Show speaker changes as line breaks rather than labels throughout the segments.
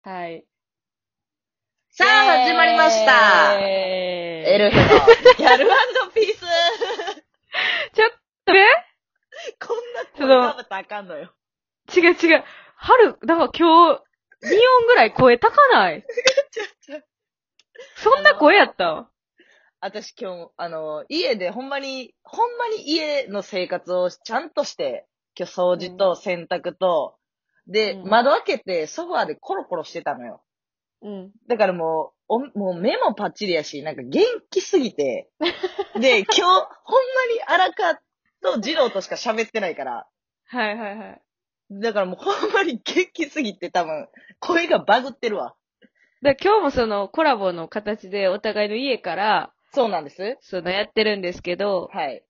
はい。
さあ、始まりました。エ
エル。
ルフのギャルピース
え
こ
そ
んな
の
食べたらあかんのよ。
違う違う。春、だから今日、2音ぐらい声高 ない。そんな声やった
私今日、あの、家でほんまに、ほんまに家の生活をちゃんとして、今日掃除と洗濯と、で、
うん
窓開けてソファーでコロコロしてたのよ。
うん。
だからもう、おもう目もパッチリやし、なんか元気すぎて。で、今日、ほんまに荒川と二郎としか喋ってないから、
はいはいはい。
だからもうほんまに元気すぎて多分、声がバグってるわ。
だから今日もそのコラボの形でお互いの家から、
そうなんです。
そのやってるんですけど、
はい。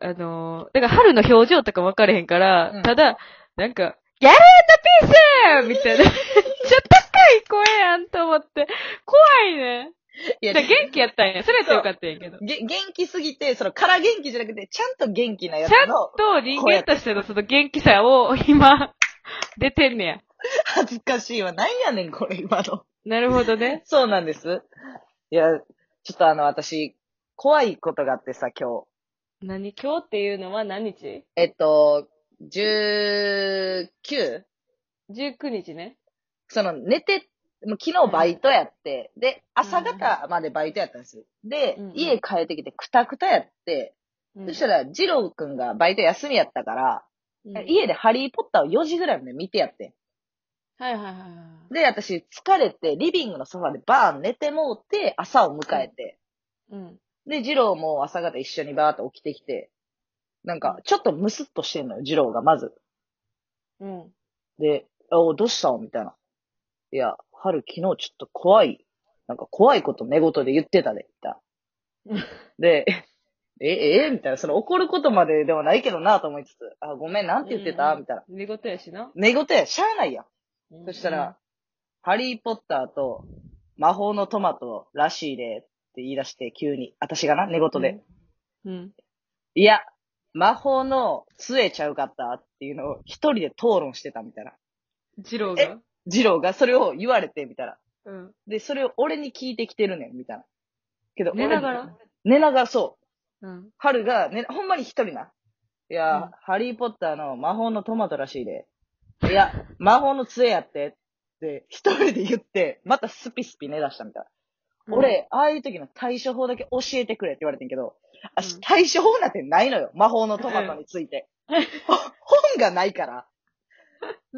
あのー、だから春の表情とか分かれへんから、
うん
ただ、なんか、やれたピースみ たいな、めっちゃ高い声やんと思って、怖いね。
い
じゃ
や、
あ
げ
元気やったんや。それやったらよかったんやけど。
元気すぎて、その、から元気じゃなくて、ちゃんと元気なやつ
ちゃん
の、
と人間としてのその元気さを今、出てんねや。
恥ずかしいわ。なんやねん、これ、今の。
なるほどね。
そうなんです。いや、ちょっとあの、私、怖いことがあってさ、今日。
何今日っていうのは何日
えっと、19?
?19 日ね。
その、寝て、もう昨日バイトやって、で、朝方までバイトやったんですよ。で
うんうん、
家帰ってきて、くたくたやって、
うん
そしたら、二郎くんがバイト休みやったから、
うん
家でハリーポッターを4時ぐらいまで見てやって
はいはいはいはい。
ん。で、私疲れて、リビングのソファでバーン寝てもうて、朝を迎えて。
うん。
で、二郎も朝方一緒にバーッと起きてきて、なんか、ちょっとムスっとしてんのよ、二郎がまず。
うん。
で、おどうしたんみたいな。いや、春昨日ちょっと怖い、なんか怖いこと寝言で言ってたで、みたいな。で、え、ええみたいな、その怒ることまでではないけどなと思いつつ、あ、ごめん、なんて言ってたみたいな。
見事やしな。
寝言や、しゃあないやん。そしたら、ハリーポッターと魔法のトマトらしいでって言い出して急に、私がな、寝
うん、
言で。
うん。うん。
いや、魔法の杖ちゃうかったっていうのを一人で討論してたみたいな。
ジローが。
ジローがそれを言われてみたいな。
うん。
で、それを俺に聞いてきてるねん、みたいな。けど、
寝ながら
俺に寝ながらそう。
うん。
春が、ね、ほんまに一人な。いやー、
うん
ハリーポッターの魔法のトマトらしいで。いや、魔法の杖やって。って、一人で言って、またスピスピ寝だしたみたいな。俺、ああいう時の対処法だけ教えてくれって言われてんけど、あ
うん
対処法なんてないのよ。魔法のトマトにつ いて。本がないから。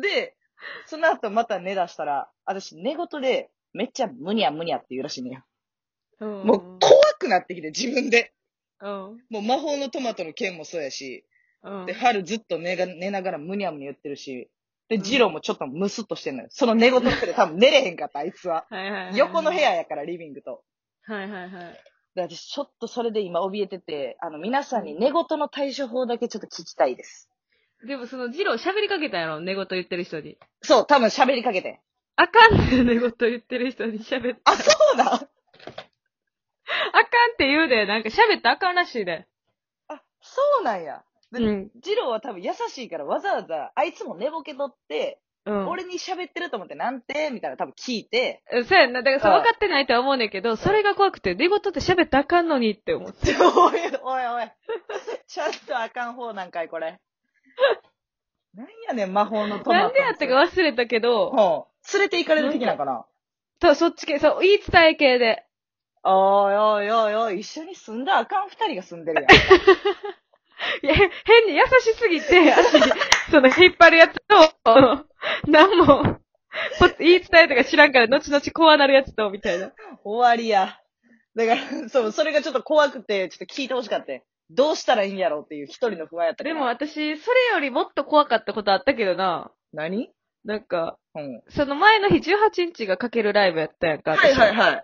で、その後また寝だしたら、私寝言で、めっちゃむにゃむにゃって言うらしいねんよ。
うん、
もう怖くなってきて、自分で。
うん。
もう魔法のトマトの剣もそうやし、
うん。
で、春ずっと寝が寝ながらむにゃむにゃ言ってるし、で、
うん
ジローもちょっとムスっとしてんのよ。その寝言って多分寝れへんかった、あいつは。
はいはいはい。
横の部。屋やから、リビングと。
はいはいはい。
で、私ちょっとそれで今怯えてて、あの、皆さんに寝言の対処法だけちょっと聞きたいです。
でもそのジロー喋りかけたんやろ寝言言ってる人に。
そう、多分喋りかけて。
あかんねん寝言言ってる人に喋って。
あ、そうだ
あかんって言うで。なんか喋ったらあかんらしいで。
あ、そうなんや。で
うん。
ジローは多分優しいからわざわざ、あいつも寝ぼけとって、
うん。
俺に喋ってると思ってなんてみたいな多分聞いて、
うんそうやんな。だからそう
うん
分かってないとは思うねんけど、それが怖くて、寝言って喋ったらあかんのにって思って。
ちょ おいおいおい。ちょっとあかん方なんかい、これ。なんやねん、魔法のトマト。
なんでやったか忘れたけど、
ほう。連れて行かれる的なんかな。
とそっち系、そう、言い伝え系で。
おいおいおいおい、一緒に住んだらあかん二人が住んでるやん。
いや、へ変に優しすぎて、足 に、その、引っ張るやつと、あの何も、こ言い伝えとか知らんから、後々怖なるやつと、みたいな。
終わりや。だから、そう、それがちょっと怖くて、ちょっと聞いてほしかった。どうしたらいいんやろうっていう一人の不安やったか
で
ら。
も、私、それよりもっと怖かったことあったけどな。
何
なんか、
うん。
その前の日18日がかけるライブやったやんか。
はいはいはい。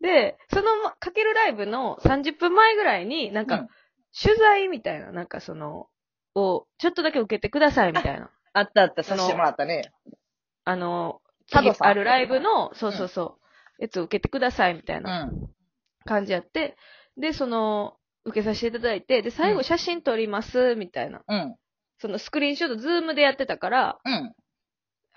で、そのまかけるライブの30分前ぐらいに、なん
う
か
ん、
取材みたいな、なんかその、を、ちょっとだけ受けてくださいみたいな。
あったあった、させてもらったね。
あの、
佐
次
渡さん
あるライブの、そうそうそう、やつを受けてくださいみたいな
うん。
感じやって、で、その、受けさせていただいて、で、最
う
後
ん
写真撮ります、みたいな。
うん。
そのスクリーンショット、ズームでやってたから、
うん。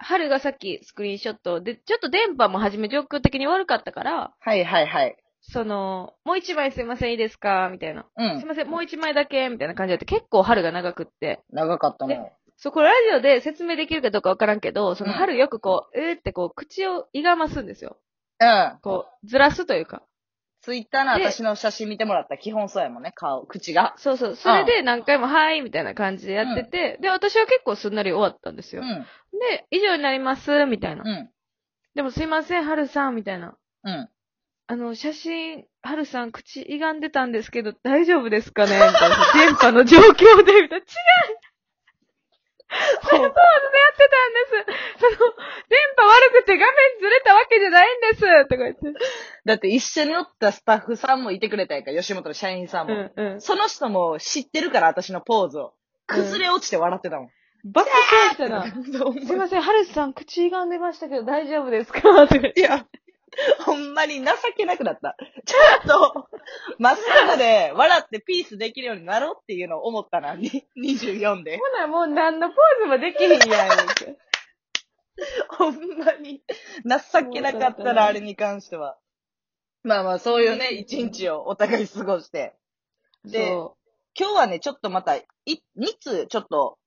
春がさっきスクリーンショットで、ちょっと電波も初め状況的に悪かったから、
はいはいはい。
その、もう一枚すいません、いいですかみたいな。
う
すい
ん。
ません、もう一枚だけみたいな感じだって、結構春が長くって。
長かったね。
そう、これラジオで説明できるかどうかわからんけど、その
うん
春よくこう、えーってこう、口をいがますんですよ。
うん。
こう、ずらすというか。
ツイッターの
で
私の写真見てもらったら基本そうやもんね。顔、口が。
そうそう。それで何回も、はい、みたいな感じでやってて、で、私は結構すんなり終わったんです
う
よ。
ん。
で、以上になります、みたいな。
うん。
でもすいません、春さん、みたいな。
うん。
あの、写真、はるさん、口いがんでたんですけど、大丈夫ですかねみたいな。電波の状況で、みたいな。違うそうポーズでやってたんですその、電波悪くて画面ずれたわけじゃないんですとか言って。
だって一緒に乗ったスタッフさんもいてくれたやんか、吉本の社員さんも。
うんうん。
その人も知ってるから、私のポーズを。崩れ落ちて笑ってたもん。
爆笑したら、
そう
すいません、はるさん、口いがんでましたけど、大丈夫ですかとか言って。
いや、ほんまに情けなくなった。ちゃんと、まっすぐで笑ってピースできるようになろうっていうのを思ったな、に24で。
ほな、もう何のポーズもできひんやん。言うて
ほんまに情けなかったら、あれに関しては。まあまあ、そういうね、一日をお互い過ごして。で
そう。
今日はね、ちょっとまた、い、2通ちょっと、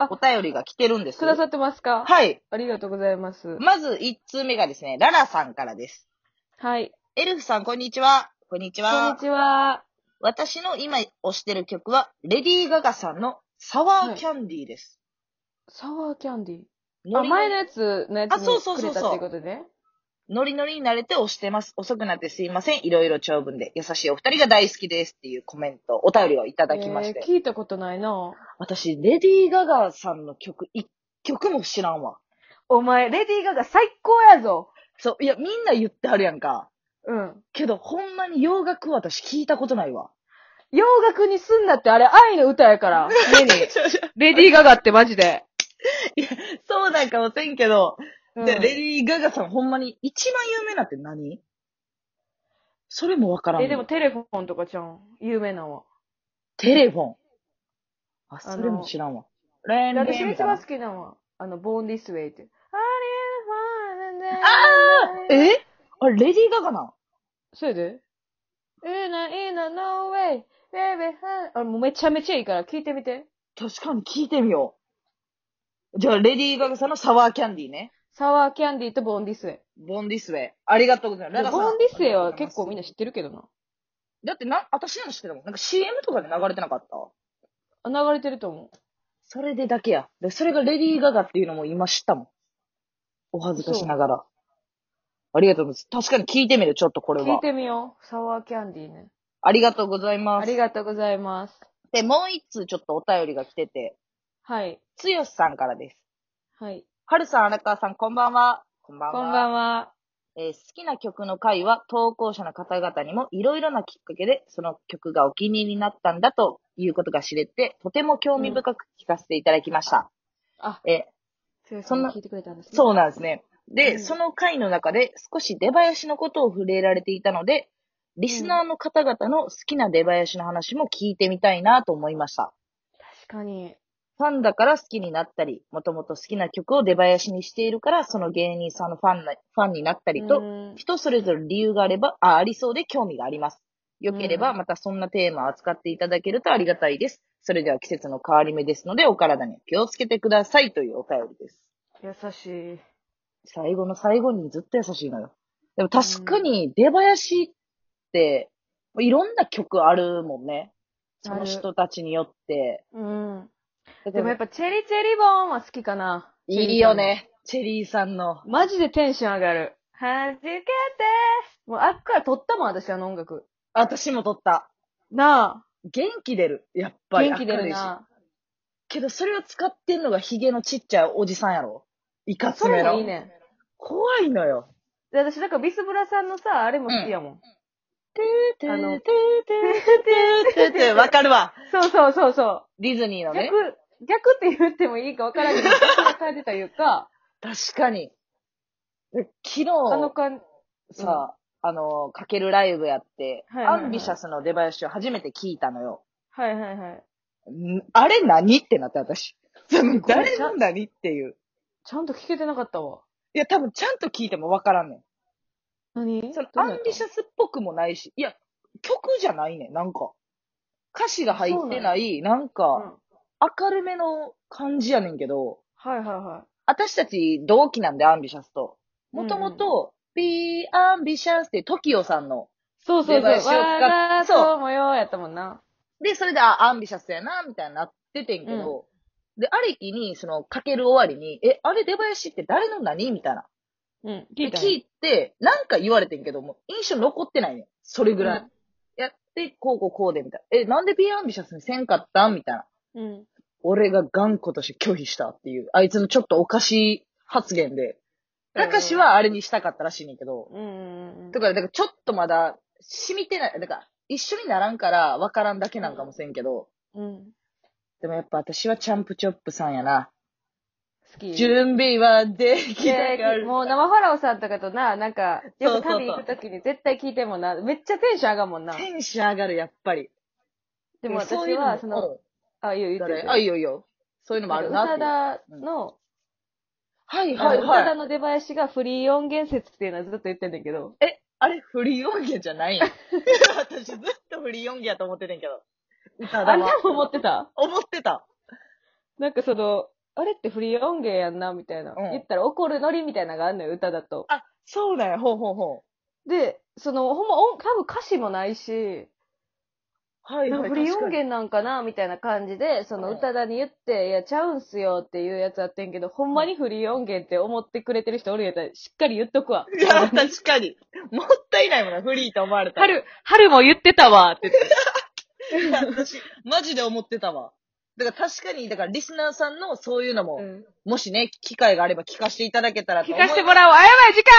あ
お便りが来てるんです。
くださってますか
はい。
ありがとうございます。
まず1通目がですね、ララさんからです。
はい。
エルフさん、こんにちは。こんにち
こん
は
に。ちは。
私の今推してる曲は、レディー・ガガさんのサワーキャンディーです。
サワーキャンディー。
ノ
あ、
リノリ
前のやつのやつ
あそうそう
にく
そうそ
れ
う
たっていうことでね。
ノリノリに慣れて推してます。遅くなってすいません。いろいろ長文で。優しいお二人が大好きですっていうコメント、お便りをいただきまして。
えー聞いたことないな
私、レディー・ガガさんの曲、一曲も知らんわ。
お前、レディーガガ最高やぞ
そう、いや、みんな言ってはるやんか。
うん。
けど、ほんまに洋楽私聞いたことない わ。
洋楽にすんなってあれ愛の歌や から。家に。レディーガガってマジで。
そうなんかもせんけど、
うん
でレディー・ガガさんほんまに一番有名なって何それもわからんわ。
え、でもテレフォンとかちゃん。有名なのは。
テレフォン。あ、
あの
それも知らんわ。レンレン
私が
み
一
たいな
番好きなのは、あの、ボーンディスウェイって。あえ
えあれ、レディーガガな
それでえーな、えーな、no way, baby, huh? あれもうめちゃめちゃいいから聞いてみて。
確かに聞いてみよう。じゃあ、レディーガガさんのサワーキャンディーね。
サワーキャンディーとボーンディスウェイ。
ボンディスウェイ。ありがとうございます。ララさん
ボーンディスウェイは結構みんな知ってるけどな。
だってな、私でも知ってたもん。なんか CM とかで流れてなかった
あ流れてると思
それでだけや。で、それがレディーガガっていうのも今知ったもん。お恥ずかしながら。ありがとうございます。確かに聞いてみる、ちょっとこ
う。
れ
聞い
は。
てみよう。サワーキャンディーね。
ありがとうございま
あ
す。
りがとうございます。
で、もう一通ちょっとお便りが来てて、
はい。
つよしさんからです。
はい。
はるさん、荒川さん、こんばんは。こんばん
こんばんは。
えー好きな曲の回は、投稿者の方々にもいろいろなきっかけで、その曲がお気に入りになったんだということが知れて、とても興味深く聞かせていただきました。
あ、
え
つよ
そ
さ
ん
ん
な
聞いてくれたんですね。
そうなんですね。で、
うん
その回の中で少し出囃子のことを触れられていたので、リスナーの方々の好きな出囃子の話も聞いてみたいなと思いました。
確かに。
ファンだから好きになったり、もともと好きな曲を出囃子にしているから、その芸人さんのファンなファンになったりと、
うん
人それぞれ理由があれば、あ、ありそうで興味があります。よければ、
うん
またそんなテーマを扱っていただけるとありがたいです。それでは季節の変わり目ですので、お体に気をつけてくださいというお便りです。
優しい。
最後の最後にずっと優しいのよ。でも確かに、出囃子って、いろんな曲あるもんね。その人たちによって。
うん。
だけ
で
ど
もやっぱチェリチェリボーンは好きかな。
いいよ。ね。チェリーさんの。
マジでテンション上がる。はじけてもうあっから撮ったもん、私あの音楽。
私も撮った。
な
元気出る。やっ
あ。
ぱり。
元気出る
明るいし。
な。
けど、それを使ってんのがヒゲのちっちゃいおじさんやろ。いかつ
そ
め
れ
の。
もいいね。
怖いのよ。
で私、だからビスブラさんのさ、あれも好きやもん。
て
あの
ーてーてーてーてーわかるわ。
そうそうそうそう。
ディズニーのね
逆。、逆って言ってもいいか分からん けど、逆な感じというか、
確かに。で昨
あの
日
感
さ、あの、かけるライブやって、
はいはいはい
アンビシャスの出囃子を初めて聞いたのよ。
はいはいはい。
んあれ何ってなって私。その
これ
誰の何っていう。
ちゃんと聞けてなかったわ。
いや、多分ちゃんと聞いてもわからんね
何
ん。その、アンビシ
ャ
ャスっぽくもないし、いや、曲じゃないねん、なんか。歌詞が入ってない、なん
うん。
か、
は
明るめの感じやねんけど、
いはいは
私たち同期なんで、アンビシャスと。もとも
う
と、ビーアンビシャスって、トキオさんの。
い。そうそう
出
そう。
囃子を使っ
わら
そう
ともようやったもんな。
で、それで、あ、アンビシャスやな、みたいになっててんけど、で、ありきに、その、かける終わりに、え、あれ、出囃子って誰の何みたいな。
うん。聞
で
いた。
聞いて、なんか言われてんけど、もう印象残ってないねん。それぐらい。
うん
やって、こうこうこうで、みたいな。え、なんで B アンビシャスにせんかったんみたいな。
うん。
俺が頑固として拒否したっていう、あいつのちょっとおかしい発言で。たかしはあれにしたかったらしいねんけど。
うんうんうん。
だから、だからちょっとまだ、染みてない。だから、一緒にならんから、わからんだけなんかもせんけど。
うん。好
でもやっぱ私はチャンプチョップさんやな。
き。
準備はできな
で
かっ、た
もう生ファラオさんとかとな、なんか、よく
そうそうそう
旅行くときに絶対聞いてもな、めっちゃテンション上がるもんな。
テンション上がる、やっぱり。
でも
う
私
いうも
は、その、あ、言う言って
誰
る。
あ、いいよいいよ。そういうのもあるなってい
宇
う。
多田の、
はい
あ
はい
の宇多田
は
の出囃子がフリー音源説っていうのはずっと言ってんだけど、
い。え、あれフリー音源じゃな いん私ずっとフリー音源やと思ってたんけど。宇多
あ
田
れで
は。
も思ってた
思ってた。
なんかその、あれってフリー音源やんな、みたいな。
うん
言ったら怒るノリみたいなのがあんのよ、歌だと。
あ、そうだよ。ほうほうほ
で、その、ほんま音、多分歌詞もないし、
う。はい
なん
は
か
い。
フリー音
確かに
源なんかなみたいな感じで、その
うん
宇多田に言って、いや、ちゃうんすよっていうやつあってんけど、ほんまにフリー音源って思ってくれてる人おるんやったら、しっかり言っとくわ。
いや、確かに。もったいないもんな、フリーと思われたら。
春、春も言ってたわって言って。
いや私、マジで思ってたわ。だから確かに、だからリスナーさんのそういうのも、もしね、機会があれば聞かせていただけたらと
聞
思いま
か
す。
せてもらおう。あ、やばい、時間